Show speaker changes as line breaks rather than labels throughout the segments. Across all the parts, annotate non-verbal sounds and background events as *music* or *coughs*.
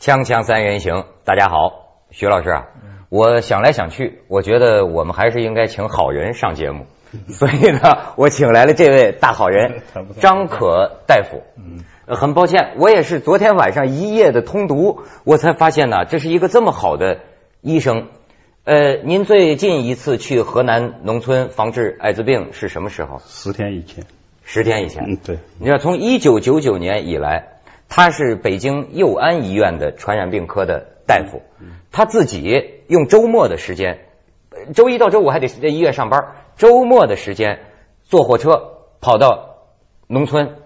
锵锵三人行，大家好，徐老师啊，
嗯
我想来想去，我觉得我们还是应该请好人上节
*laughs*
目，所以呢，我请来了这位大好人
谈不上
张可大夫。
嗯，
呃很抱歉，我也是昨天晚上一夜的通读，我才发现呢，这是一个这么好的医生。呃，您最近一次去河南农村防治艾滋病是什么时候？
十天以前。
十天以前。
嗯，对，
你看，从一九九九年以来，他是北京佑安医院的传染病科的大夫，他自己用周末的时间，呃周一到周五还得在医院上班，周末的时间坐火车跑到农村，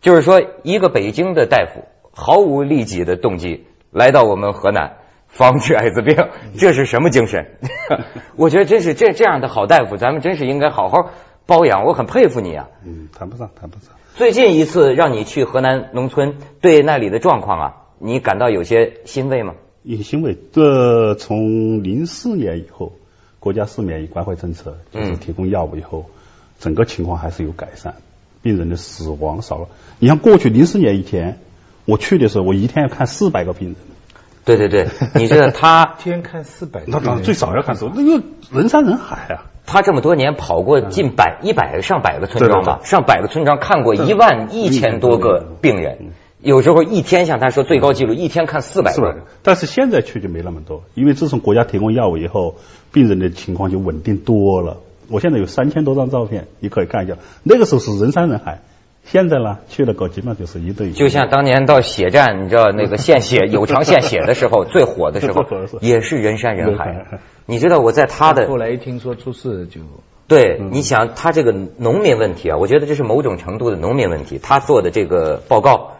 就是说，一个北京的大夫毫无利己的动机来到我们河南。防治艾滋病， *laughs* 这是什么精神？ *laughs* 我觉得真是这这样的好大夫，咱们真是应该好好包养。我很佩服你啊！
嗯，谈不上，谈不上。
最近一次让你去河南农村，对那里的状况啊，你感到有些欣慰吗？
也欣慰，这从零四年以后，国家四免疫关怀政策就是
嗯
提供药物以后，整个情况还是有改善，病人的死亡少了。你像过去零四年以前，我去的时候，我一天要看四百个病人，
对对对，你知道 *laughs* 他
天看四百，
那当然最少要看死，那个人山人海啊。
他这么多年跑过近百一百个上百个村庄吧，上百个村庄看过一万一千多个病人，有时候一天像他说最高纪录一天看嗯四百
是吧
个，？
但是现在去就没那么多，因为自从国家提供药物以后，病人的情况就稳定多了。我现在有三千多张照片，你可以看一下。那个时候是人山人海，现在呢，去了狗基本上就是一对一。
就像当年到血站，你知道那个献血有偿献血的时 *laughs* 候，最火的时候
最火的时候
也是人山人
人
海
海。
你知道我在他的
后来一听说出事就，
对，
嗯
你想他这个农民问题啊，我觉得这是某种程度的农民问题。他做的这个报告，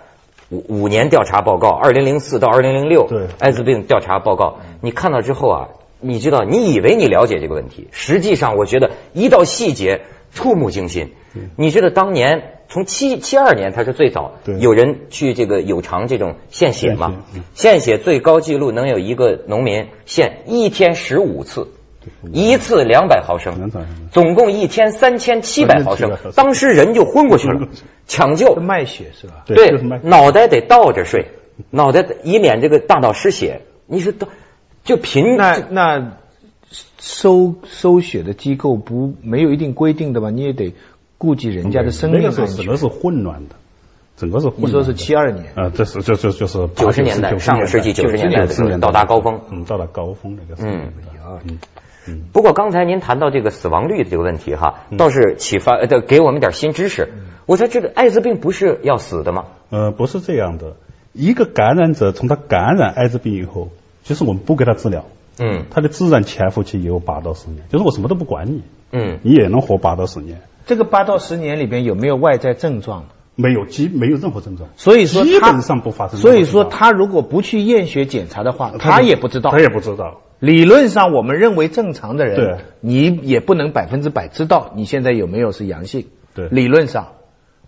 五五年调查报告，二零零四到二零零六
对，嗯
艾滋病调查报告，你看到之后啊，你知道，你以为你了解这个问题，实际上我觉得一到细节触目惊心。
嗯
你知道当年从七七二年，他是最早
对
有人去这个有偿这种献血嘛
献血嗯，
献血最高记录能有一个农民献一天十五次，一次两百毫升。
两百毫升
总共一天三千七百毫升，当时人就昏过去了，抢救
这卖血是吧？
对，就是卖
脑袋得倒着睡，脑袋以免这个大脑失血。你说都就贫
那那收收血的机构不没有一定规定的吧？你也得顾及人家的生
那
命
个时候
安
整
全
个。是混乱的，整个是混
你
乱
说
的。
是七二年，
啊，这是就就就是
九十年代
80
上个世纪九十年代的时候
90年代
到达高峰
嗯，到达高峰那个时候。
嗯
啊
不过刚才您谈到这个死亡率的这个问题哈，倒是启发呃，给我们点新知识。我说这个艾滋病不是要死的吗？
呃，不是这样的，一个感染者从他感染艾滋病以后，其实我们不给他治疗，
嗯
他的自然潜伏期也有八到十年，就是我什么都不管你，
嗯，
你也能活八到十年，
这个八到十年里边有没有外在症状？
没有基没有任何症状，
所以说他
基本上不发生
所以说
任何症状
他如果不去验血检查的话，他也不知道
他。也不知道，
理论上，我们认为正常的
对
人，你也不能百分之百知道你现在有没有是阳性。
对
理论上，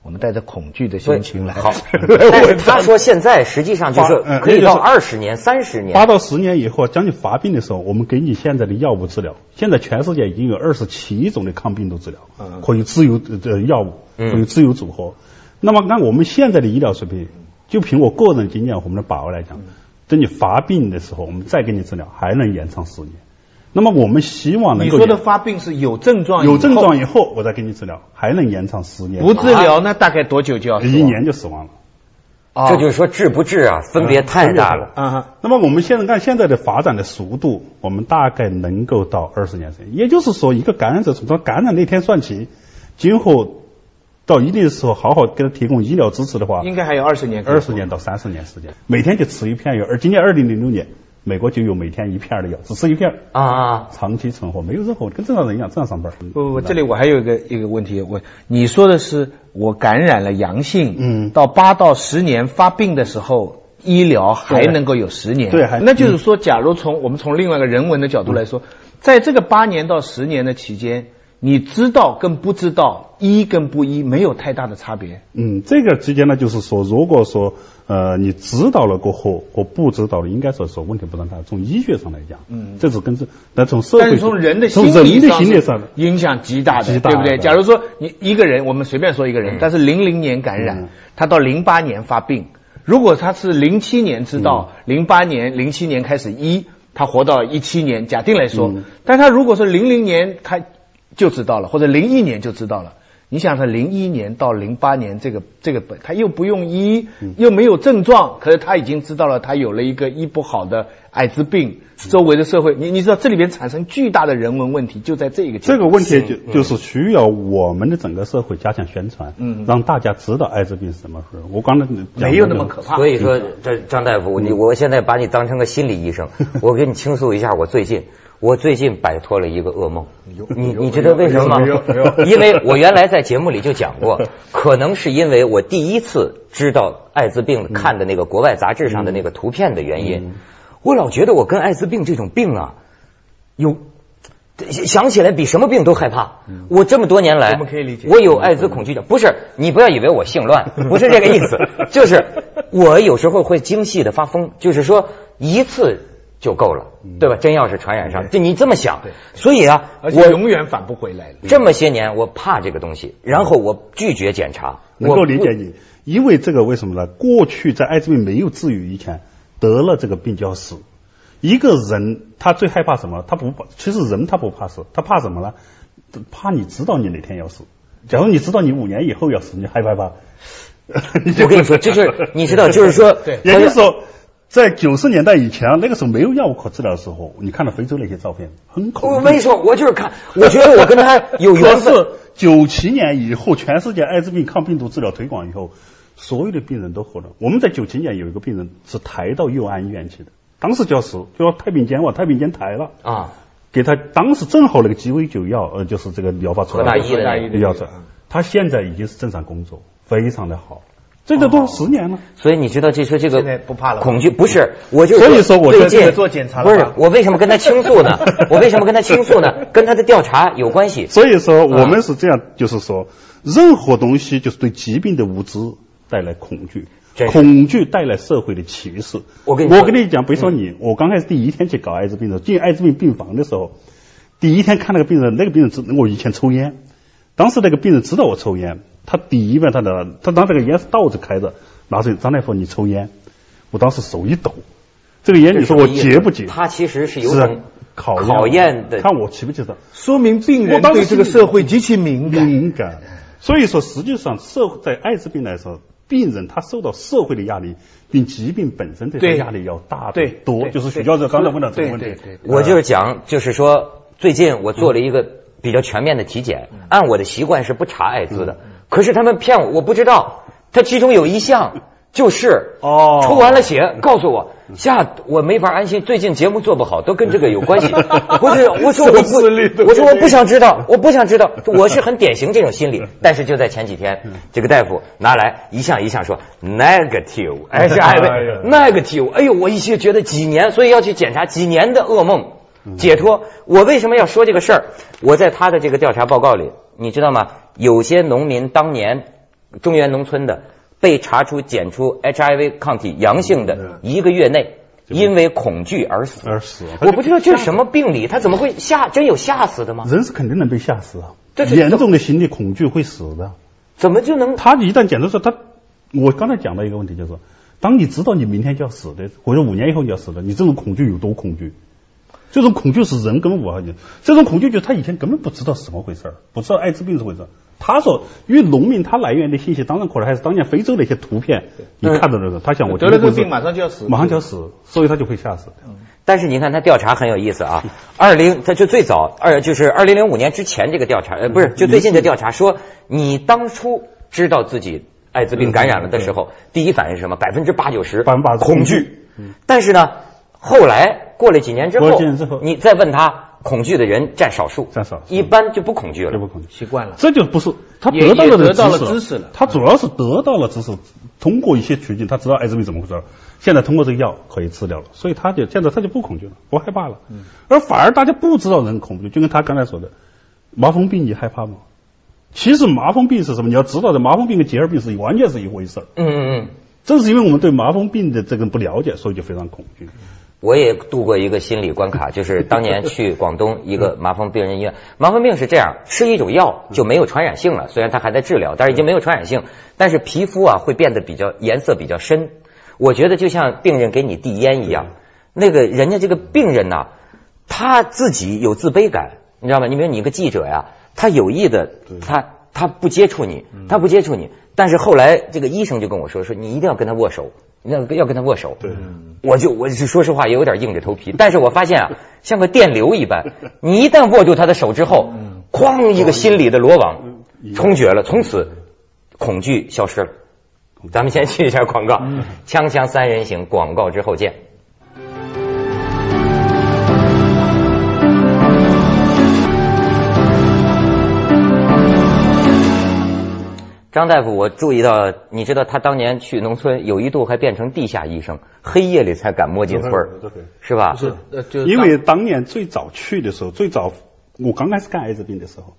我们带着恐惧的心情
*laughs*
来。 *laughs*
好。但是他说现在实际上呃就是
嗯
可以到
那就
二十年、三十年
八。到十年以后，将你发病的时候，我们给你现在的药物治疗，现在全世界已经有二十七种的抗病毒治疗，
嗯
可以自由呃药物，
嗯
可以自由组合。那么按我们现在的医疗水平，就凭我个人经验，我们的把握来
嗯
讲，等你发病的时候，我们再给你治疗，还能延长十年。那么我们希望能
你
够
说的发病是有症状，
有症状以后，我再给你治疗，还能延长十年，
不治疗，那大概多久就要死亡
一年就死亡了。
啊？
这就是说治不治啊，分别太大了。
啊，
那么我们现在按现在的发展的速度，我们大概能够到二十年时间。也就是说，一个感染者从他感染那天算起，今后到一定的时候，好好给他提供医疗支持的话，
应该还有二十年。
二十年到三十年时间，每天就吃一片药。而今年二零零六年，美国就有每天一片的药，只吃一片，
啊啊！
长期存活，没有任何跟正常人一样正常上班。
不不不，这里我还有一个一个问题问，你说的是我感染了阳性，
嗯
到八到十年发病的时候，医疗还
对
能够有十年，
对还嗯
那就是说，假如从我们从另外一个人文的角度来说，在这个八年到十年的期间，你知道跟不知道，医跟不医没有太大的差别，
嗯，这个期间呢，就是说，如果说呃你知道了过后或不知道了，应该说说问题不大大。从医学上来讲，嗯，这是跟这，但从社
但
会
是从人的心
从人
理
的
上嗯
心理
是
上，
影响极大的，
极大
对不对？
的
假如说你一个人，我们随便说一个人，他是零零年感染
嗯，
他到零八年发病，如果他是零七年知
嗯
道，零八年、零七年开始医，他活到一七年，假定来
嗯
说，但他如果是零零年他就知道了，或者零一年就知道了。你想他零一年到零八年这个这个本，他又不用医，
嗯
又没有症状，可是他已经知道了，他有了一个医不好的艾滋病，
嗯
周围的社会，你你知道这里边产生巨大的人文问题，就在这个阶
这
段
个问题就
嗯
就是需要我们的整个社会加强宣传，嗯，让大家知道艾滋病是什么事。我刚才讲
没有那么可怕。嗯
所以说，这张大夫，你我现在把你当成个心理医
*laughs*
生，我给你倾诉一下我最近，我最近摆脱了一个噩梦。你你知道为什么吗
哎呦哎呦哎？呦
因为我原来在节目里就讲过，可能是因为我第一次知道艾滋
嗯
病看的那个国外杂志上的那个图片的原因，我老觉得我跟艾滋病这种病啊，有想起来比什么病都害怕。我这么多年来，
嗯我们可以理解
我有艾滋恐惧症，不是你不要以为我性乱，不是这个意思，就是我有时候会精细的发疯，就是说一次就够了，对吧？真要是传染上，就你这么想，所以啊，
而且
我
永远返不回来了。
这么些年我怕这个东西，然后我拒绝检查，
能够
我
理解你，因为这个为什么呢？过去在艾滋病没有治愈以前，得了这个病就要死。一个人他最害怕什么？他不怕，其实人他不怕死，他怕什么呢？怕你知道你哪天要死。假如你知道你五年以后要死，你害不
*laughs*
害怕？
我跟你说，这就是你知道，就是说，
对
也就是说，在九十年代以前，那个时候没有药物可治疗的时候，你看到非洲那些照片，很
我
恐怖
没。说，我就是看，我觉得我跟他有
*laughs* 可
缘分。
是九七年以后，全世界艾滋病抗病毒治疗推广以后，所有的病人都活了。我们在九七年有一个病人是抬到佑安医院去的，当时就要死，就要太平间往太平间抬了。
啊，
给他当时正好那个鸡尾酒药，呃，就是这个疗法出来
何大
的
一的那
个
药材，他现在已经是正常工作，非常的好。这
哦
都多少十年了？
所以你知道，这说这个
现在不怕了吧
恐惧不是，我就
所以说我觉
最
得这个
近
做检查了
不是
吧
我为什么跟他倾诉
*laughs*
呢？我为什么跟他倾诉呢？跟他的调查有关系。
所以说，我们是这样，就是说，任何东西就是对疾病的无知带来恐惧
真，是
恐惧带来社会的歧视。
我跟你说嗯
我跟你讲，比如说你，我刚开始第一天去搞艾滋病的时候，进艾滋病病房的时候，第一天看那个病人，那个病人知我以前抽烟，当时那个病人知道我抽烟，他第一问他的，他拿这个烟是倒着开着，拿着张大夫你抽烟，我当时手一抖，这个烟你说我结不结？
他其实是有
是啊
种
考
考验的
看我急不急的。
说明病人
我当时
对这个社会极其敏感。
敏感。所以说，实际上社会在艾滋病来说，病人他受到社会的压力，比疾病本身对他
对
压力要大
对
得多。
对
就是许
对
教授刚才问到这个问
对
题
对对，
我就是讲，就是说，最近我做了一个比较全面的体检，按我的习惯是不查艾滋的，可是他们骗我，我不知道，它其中有一项就是
哦
抽完了血告诉我。吓，我没法安心。最近节目做不好，都跟这个有关系。不是，我说我
收视率
不，
都
我说我不想知道，我不想知道。我是很典型这种心理。但是就在前几天，这个大夫拿来一项一项说 negative，哎，是艾
哎呀
薇，negative，哎呦，我一些觉得几年，所以要去检查几年的噩梦解脱。我为什么要说这个事儿？我在他的这个调查报告里，你知道吗？有些农民当年中原农村的被查出检出 HIV 抗体阳性的一个月内，因为恐惧而死。
而死。嗯
我不知道这是什么病理，他怎么会吓？真有吓死的吗？
人是肯定能被吓死啊
这，是
严重的心理恐惧会死的。
怎么就能？
他一旦检测出他，我刚才讲到一个问题，就是说当你知道你明天就要死的，或者五年以后你要死的，你这种恐惧有多恐惧？这种恐惧是人根本无法解，这种恐惧就是他以前根本不知道是怎么回事儿，不知道艾滋病是回事儿。他说，因为农民他来源的信息，当然可能还是当年非洲的一些图片，你看到的时候，他想我
得了
绝对
这
不是
病马上就要死
马上就要死，所以他就会吓死。
但是你看他调查很有意思啊，二零他就最早二就是二零零五年之前这个调查，
嗯
呃不是就最近的调查说，你当初知道自己艾滋病感染了的时候，第一反应是什么？百分之八九十
嗯百分之八十嗯
恐惧，但是呢，后来过了几年之
过
后
了几年之后，
你再问他，恐惧的人占少数，
占少数
一般就不恐惧
这
了
不。恐惧。
习惯了。
这就不是他
嗯也
得到了
也得到
这个
了知
知
识
识
了
他主要是得到了知识，通过一些途径他知道艾滋病怎么回事儿，现在通过这个药可以治疗了，所以他就现在他就不恐惧了，不害怕了，
嗯
而反而大家不知道人恐惧，就跟他刚才说的，麻风病你害怕吗？其实麻风病是什么？你要知道的，麻风病跟结核病是完全是一回事儿。
嗯嗯嗯。
正是因为我们对麻风病的这个不了解，所以就非常恐惧。
我也度过一个心理关卡，就是当年去广东一个麻风病人医院。麻风病是这样，吃一种药就没有传染性了，虽然它还在治疗，但是已经没有传染性。但是皮肤啊会变得比较颜色比较深，我觉得就像病人给你递烟一样，那个人家这个病人呐、他自己有自卑感，你知道吗？你比如你一个记者呀，他有意的，他他不接触你，他不接触你，但是后来这个医生就跟我说，说你一定要跟他握手，你要要跟他握手。
对，
我就我就说实话也有点硬着头皮，但是我发现啊，像个电流一般，你一旦握住他的手之后，哐一个心里的罗网冲决了，从此恐惧消失了。咱们先去一下广告，
嗯
锵锵三人行广告之后见。张大夫，我注意到，你知道他当年去农村，有一度还变成地下医生，黑夜里才敢摸进村儿
对对对，
是吧？
是
呃就，是
因为当年最早去的时候，最早我刚开始干艾滋病的时候，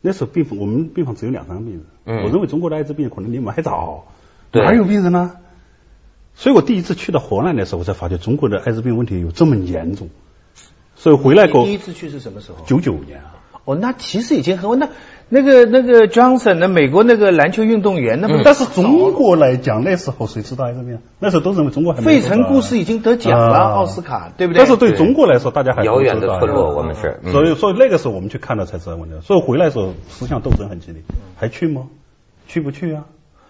那时候病房我们病房只有两三个病人，
嗯
我认为中国的艾滋病可能离我们还早，
对
哪有病人呢？所以我第一次去到河南的时候，我才发觉中国的艾滋病问题有这么严重，所以回来过
你第一次去是什么时候？
九九年啊，
哦，那其实已经很那那个那个 Johnson 的美国那个篮球运动员，那不
但是中国来讲，那时候谁知道艾滋病啊？那时候都认为中国还没
费
有
城
啊
故事已经得奖了，
啊
奥斯卡，对不对？
但是对中国来说，大家还
遥远的
哎不
村
知道啊
落我们是嗯
所以所以那个时候我们去看了才知道问题。所以回来的时候思想斗争很激烈，
嗯
还去吗？去不去啊？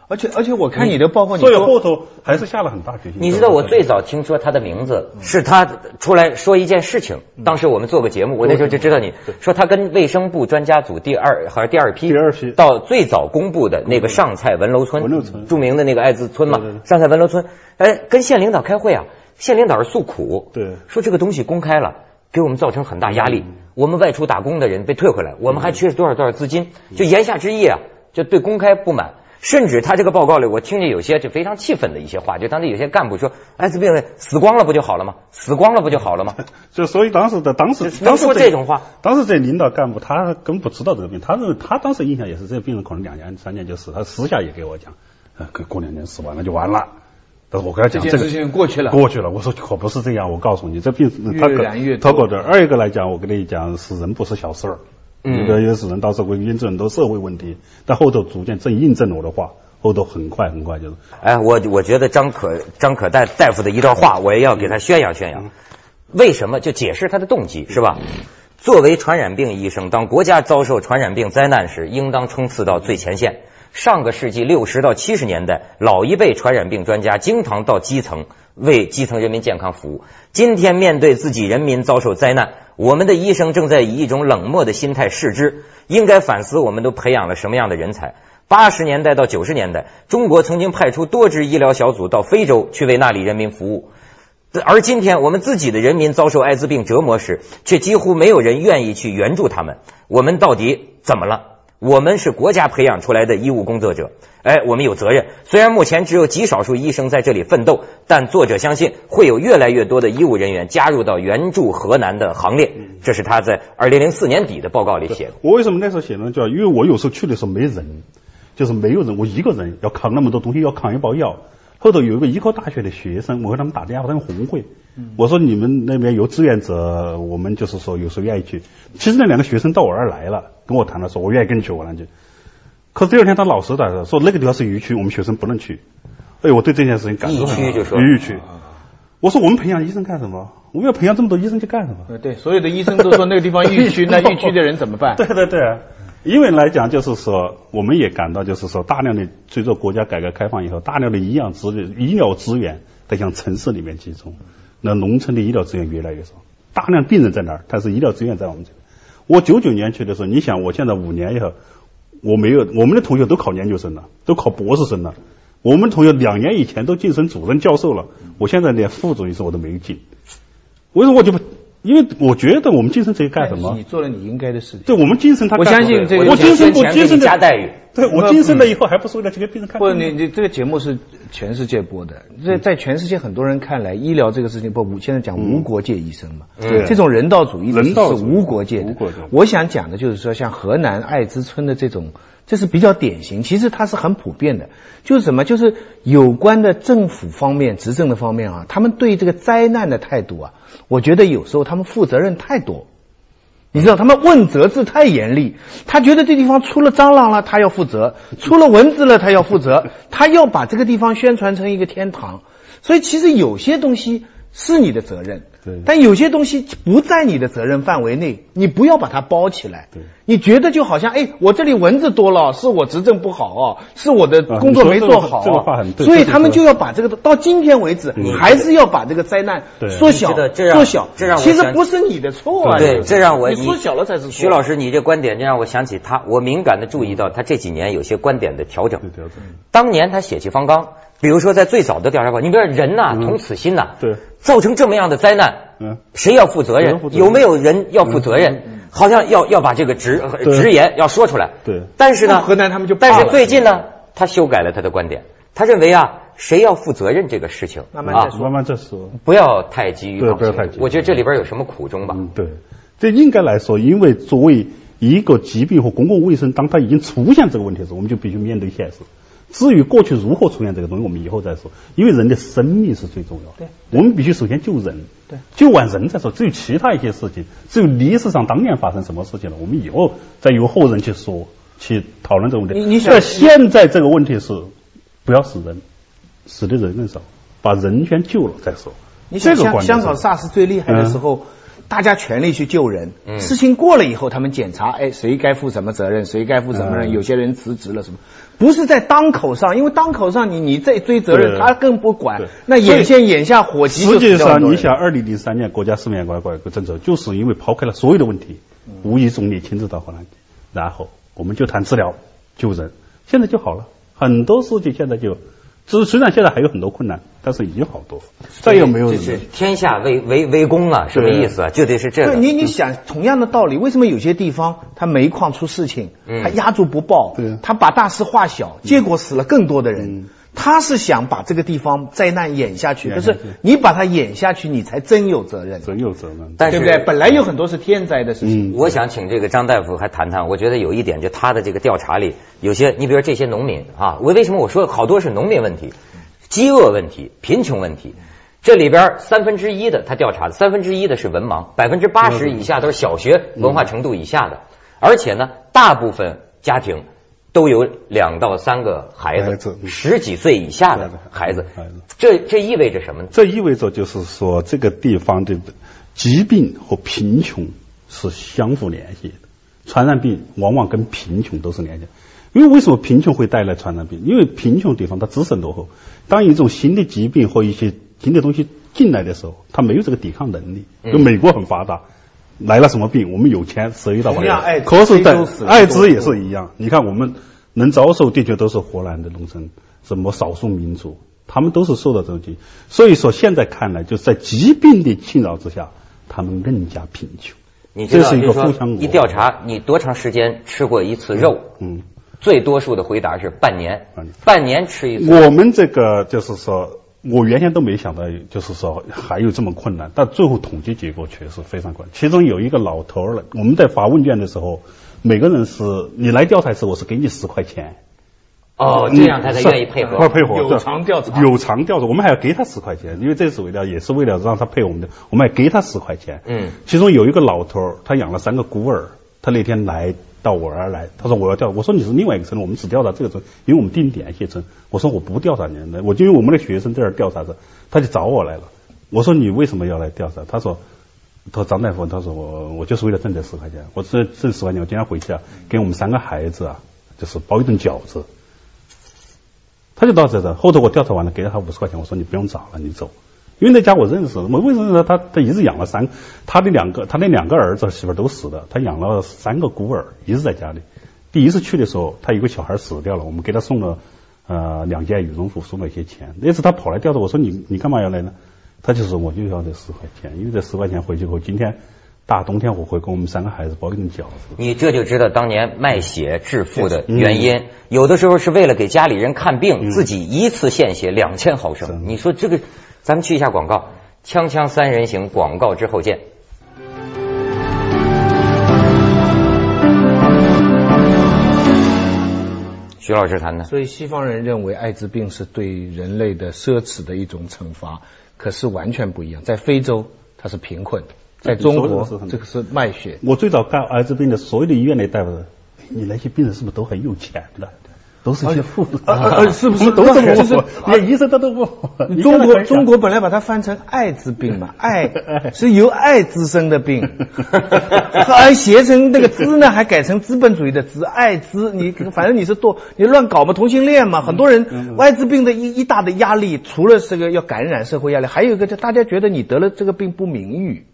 而且而且我看你的报告，你
所以
说
后头还是下了很大决心。
你知道我最早听说他的名字
嗯
是他出来说一件事情，当时我们做个节目，我那时候就知道你说他跟卫生部专家组第二好像第二批，
第二批
到最早公布的那个上蔡文楼
文楼
村，
村
著名的那个艾滋村嘛
对对，对
上蔡文楼村，哎，跟县领导开会啊，县领导是诉苦，
对
说这个东西公开了，给我们造成很大压力，我们外出打工的人被退回来，我们还缺多少多少资金，就言下之意啊，就对公开不满。甚至他这个报告里，我听见有些就非常气愤的一些话，就当地有些干部说，艾滋病人死光了不就好了吗？死光了不就好了吗？
就所以当时的当时
就
当时
说这种话，
当时这领导干部他根本不知道这个病，他认为他当时印象也是这个病人可能两年三年就死，他私下也给我讲，啊，过过两年死完了就完了。但是我跟他
这
讲
件
这
事
个
情过去了，
过去了。我说可不是这样，我告诉你，这病
越
他可
染越多
他可的。二一个来讲，我跟你讲，死人不是小事儿，
嗯
一个有死人到时候会引致很多社会问题。但后头逐渐正印证了我的话，后头很快很快就是
哎，我我觉得张可张可大大夫的一段话，我也要给他宣扬宣扬。为什么？就解释他的动机是吧？作为传染病医生，当国家遭受传染病灾难时，应当冲刺到最前线。上个世纪六十到七十年代，老一辈传染病专家经常到基层为基层人民健康服务。今天面对自己人民遭受灾难，我们的医生正在以一种冷漠的心态视之，应该反思我们都培养了什么样的人才。八十年代到九十年代，中国曾经派出多支医疗小组到非洲去为那里人民服务。而今天我们自己的人民遭受艾滋病折磨时，却几乎没有人愿意去援助他们。我们到底怎么了？我们是国家培养出来的医务工作者，哎，我们有责任。虽然目前只有极少数医生在这里奋斗，但作者相信会有越来越多的医务人员加入到援助河南的行列。这是他在二零零四年底的报告里写的。
我为什么那时候写呢？叫因为我有时候去的时候没人，就是没有人，我一个人要扛那么多东西，要扛一包药。后头有一个医科大学的学生，我和他们打电话，他们红会，
嗯
我说你们那边有志愿者，我们就是说有时候愿意去。其实那两个学生到我那儿来了，跟我谈了说，我愿意跟你去，我那去。可是第二天他老师打的说那个地方是疫区，我们学生不能去。哎呦，我对这件事情感受很
疫区就说
疫区。我说我们培养医生干什么？我们要培养这么多医生去干什么？
呃 *laughs* 对，所有的医生都说那个地方疫区，那疫区的人怎么 *laughs* 办？
对对对，因为来讲就是说，我们也感到就是说，大量的随着国家改革开放以后，大量的医养资源、医疗资源在向城市里面集中，那农村的医疗资源越来越少，大量病人在那儿，但是医疗资源在我们这边。我九九年去的时候，你想我现在五年以后，我没有我们的同学都考研究生了，都考博士生了，我们同学两年以前都晋升主任教授了，我现在连副主任生我都没进，为什么我就不？因为我觉得我们晋升这个干什么？
你做了你应该的事情，
对，我们精神他
我
干
相
不
信
了
这个
我精神不
先前
精
给
神
你加
的，
待遇。
对我
嗯
精神了以后还不是为了这个病人看病
或者你你这个节目是全世界播的，在在全世界很多人看来，医疗这个事情不，我现在讲无国界医生嘛，
嗯对啊
这种人道主义的
人道
是
主义
无国界
无
的
国界。
我想讲的就是说，像河南艾滋村的这种，这是比较典型，其实它是很普遍的，就是什么，就是有关的政府方面、执政的方面啊，他们对这个灾难的态度啊，我觉得有时候他们负责任太多。你知道他们问责制太严厉，他觉得这地方出了蟑螂了，他要负责；出了蚊子了，他要负责。他要把这个地方宣传成一个天堂。所以其实有些东西是你的责任，
对
但有些东西不在你的责任范围内，你不要把它包起来。
对
你觉得就好像，哎，我这里蚊子多了，是我执政不好哦，是我的
啊
工作
你说
没
这个
做好哦、
这个话很对
所以
这个
他们
说
就要把这个到今天为止，还是要把这个灾难
对
缩小
你觉得这，让
缩小。
这让我
其实
想
不是你的错啊，
对，这让我
你缩小了才是错。
徐老师，你这观点就让我想起他，我敏感的注意到他这几年有些观点的调整
对。对对，
当年他血气方刚，比如说在最早的调查报，你比如说人呐、同此心呐、
嗯对
造成这么样的灾难，
嗯，
谁要负责
谁
任
要负？责任嗯
有没有人要负责任？好像要要把这个直
对
直言要说出来。
对
但是呢，
河南他们就罢
但
了
是最近呢，他修改了他的观点，他认为啊，谁要负责任这个事情，
慢慢再
啊
说，
慢慢再说。
不要太急于
对
放
不要
弃
太急
我觉得这里边有什么苦衷吧？
嗯，对，这应该来说，因为作为一个疾病和公共卫生，当它已经出现这个问题的时候，我们就必须面对现实。至于过去如何出现这个东西，我们以后再说，因为人的生命是最重要的。我们必须首先救人，
对，
救完人再说。至于其他一些事情，至于历史上当年发生什么事情了，我们以后再由后人去说，去讨论这个问题。
你你想
但现在这个问题是，不要死人，死的人更少，把人先救了再说。
你想
这个
香
观点嗯
香
是
港 SARS 最厉害的时候，大家全力去救人，
嗯
事情过了以后，他们检查，哎，谁该负什么责任，谁该负什么责
嗯
任，有些人辞职了什么。不是在当口上，因为当口上你你再追责任，
对
他更不管
对。
那眼线眼下火急
实
就
际
死掉很
上，
多
你
人
想，二零零三年国家四面国改革政策，就是因为抛开了所有的问题，无意中你亲自到河南，然后我们就谈治疗、救人，现在就好了。很多事情现在就，只是虽然现在还有很多困难，但是已经好多了。再也没有
就
人
是天下为为为公啊，什么
对
意思啊？就得是这
对
个。
你你想同样的道理，为什么有些地方他煤矿出事情，
嗯
他压住不报
对啊，
他把大事化小，结果死了更多的人
嗯。
他是想把这个地方灾难演下去，可
演下
是
去
你把它演下去，你才真有责任，
真有责任。
但
对
是
不对？本来有很多是天灾的事
嗯，
情，
我想请这个张大夫还谈谈，我觉得有一点，就他的这个调查里，有些你比如说这些农民啊，我为什么我说好多是农民问题、饥饿问题、贫穷问题，这里边三分之一的他调查的三分之一的是文盲，百分之八十以下都是小学文化程度以下的，而且呢，大部分家庭都有两到三个孩
孩
子
子，嗯
十几岁以下的孩
孩
子
子孩子，
这这意味着什么呢？
这意味着就是说，这个地方的疾病和贫穷是相互联系的。传染病往往跟贫穷都是联系的，因为为什么贫穷会带来传染病？因为贫穷地方它知识落后，当一种新的疾病或一些新的东西进来的时候，它没有这个抵抗能力。就美国很发达，来了什么病，我们有钱谁到
同样艾滋
可是
非
在
洲死了
艾
多
滋也是一样。你看，我们能遭受的确都是荷兰的农村，什么少数民族，他们都是受到这种疾。所以说，现在看来，就是在疾病的侵扰之下，他们更加贫穷。
你知道，
这是一
就
个
说
互相
一调查，你多长时间吃过一次肉？
嗯，
最多数的回答是半年
半年，
半年吃一次。
我们这个就是说，我原先都没想到，就是说还有这么困难，但最后统计结果确实非常困难。其中有一个老头儿了，我们在发问卷的时候，每个人是你来调查一次，我是给你十块钱。
哦，这样他才愿意配合。
嗯嗯是配合
有
对
偿调查
有偿调查，我们还要给他十块钱，因为这是为了也是为了让他配我们的，我们还给他十块钱。
嗯，
其中有一个老头儿，他养了三个孤儿，他那天来到我那儿来，他说我要调，我说你是另外一个村，我们只调查这个村，因为我们定点谢村，我说我不调查你们的，我就因为我们的学生在这儿调查着，他就找我来了，我说你为什么要来调查？他说。他说张大夫，他说我我就是为了挣这十块钱，我挣挣十块钱，我今天回去啊，给我们三个孩子啊，就是包一顿饺子。他就到这的。后头我调查完了，给了他五十块钱，我说你不用找了，你走。因为那家我认识，我为什么认识他？他他一直养了三，他的两个，他那两个儿子媳妇儿都死了，他养了三个孤儿，一直在家里。第一次去的时候，他有个小孩死掉了，我们给他送了呃两件羽绒服，送了一些钱。那次他跑来调查我说你你干嘛要来呢？他就说我就要这十块钱，因为这十块钱回去后，今天大冬天我会给我们三个孩子包一顿饺子。
你这就知道当年卖血致富的
嗯
原因，有的时候是为了给家里人看病，自己一次献血两千毫升。你说这个，咱们去一下广告，《锵锵三人行》广告之后见。徐老师谈谈。
所以西方人认为艾滋病是对人类的奢侈的一种惩罚，可是完全不一样。在非洲，它是贫困，在中
所有的
国
是很
这个是卖血，
我最早看艾滋病的所有的医院里大夫说，你那些病人是不是都很有钱的？都是一些富人，
啊啊是不是
都这么
就是
富？啊连医生他都不。 *laughs* 你
中
跟他
国
开始
中国本来把它翻成艾滋
*laughs*
病嘛，艾是由爱滋生的病， *laughs* 还写成那个资呢，还改成资本主义的资，艾滋你反正你是多你乱搞嘛，同性
嗯
恋嘛，很多人艾滋病的一一大的压力，除了这个要感染社会压力，还有一个就大家觉得你得了这个病不名誉。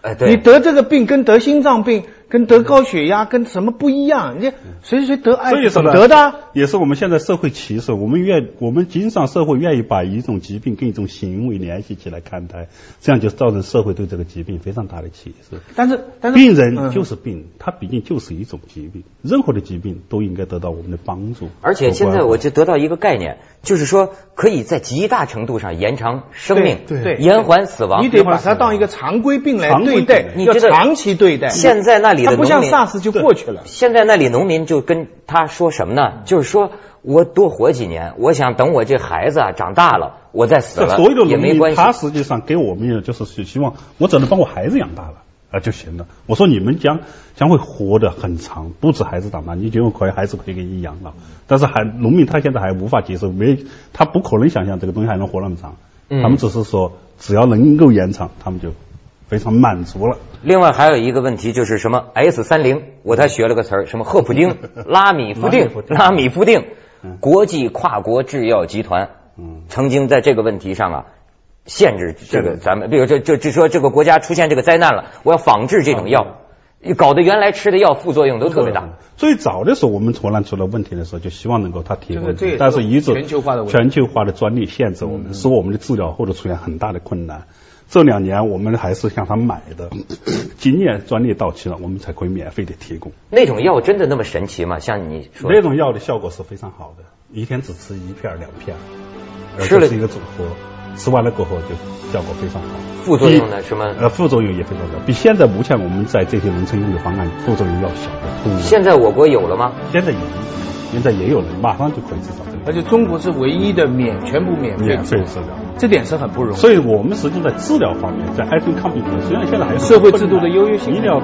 哎，对，
你得这个病跟得心脏病、跟得高血压、跟什么不一样？人家谁谁谁得
嗯
艾
所以说
滋怎
呢
么得的啊？
也是我们现在社会歧视，我们愿我们经常社会愿意把一种疾病跟一种行为联系起来看待，这样就造成社会对这个疾病非常大的歧视。
但是但是
病人就
嗯
是病，他毕竟就是一种疾病，任何的疾病都应该得到我们的帮助。
而且现在
和关
我
怀
就得到一个概念，就是说可以在极大程度上延长生命，
对对
延缓死亡。
你得把它当一个常规病来
常规
对
病
待，
你
要
这个
长期对待。
现在那里的
它不像
农民
SARS 就过去了。
现在那里农民就跟他说什么呢？就是说我多活几年，我想等我这孩子啊长大了，我再死
这
了
所有的
也
农
没
民，
关系。
他实际上给我们也就是希希望，我只能帮我孩子养大了啊就行了。我说你们将将会活得很长，不止孩子长大，你就可以孩子可以给你养老。但是还农民他现在还无法接受，没他不可能想象这个东西还能活那么长。
嗯
他们只是说只要能够延长，他们就非常满足了。
另外还有一个问题就是什么 S 三零，我才学了个词儿，什么贺普丁、拉米夫定、拉米夫定，国际跨国制药集团
嗯，
曾经在这个问题上啊。限制这
限
个
制
咱们，比如这这这说这个国家出现这个灾难了，我要仿制这种药，搞得原来吃的药嗯副作用都特别大。
最早的时候，我们荷兰出了问题的时候，就希望能够它提
这个
供
这也是，
但是一直
全球化的问题
全球化的专利限制我们，使我们的治疗后头出现很大的困难。这两年我们还是向他买的， *coughs* 今年专利到期了，我们才可以免费的提供。
那种药真的那么神奇吗？像你说的
那种药的效果是非常好的，一天只吃一片儿两片儿，而
吃了
这是一个组合，吃完了过后就效果非常好。
副作用呢？什么？
呃，副作用也非常小，比现在目前我们在这些农村用的方案副作用要小得多。
现在我国有了吗？
现在也现在也有人马上就可以制造这个。
而且中国是唯一的免全部免费
免
制
费
药，
治疗。
这点是很不容易。
所以我们实际在治疗方面，在艾滋病抗病毒，实际上现在还有
社会制度的优越性
医疗